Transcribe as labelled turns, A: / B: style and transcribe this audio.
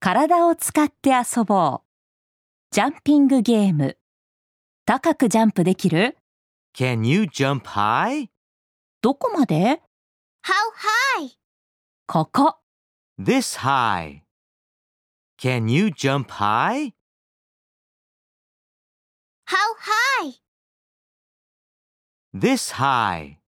A: 体を使って遊ぼう。ジャンピングゲーム。高くジャンプできる
B: Can you jump high?
A: どこまで
C: How high?
A: ここ。
B: This high. Can you jump high?
C: How high?
B: This high.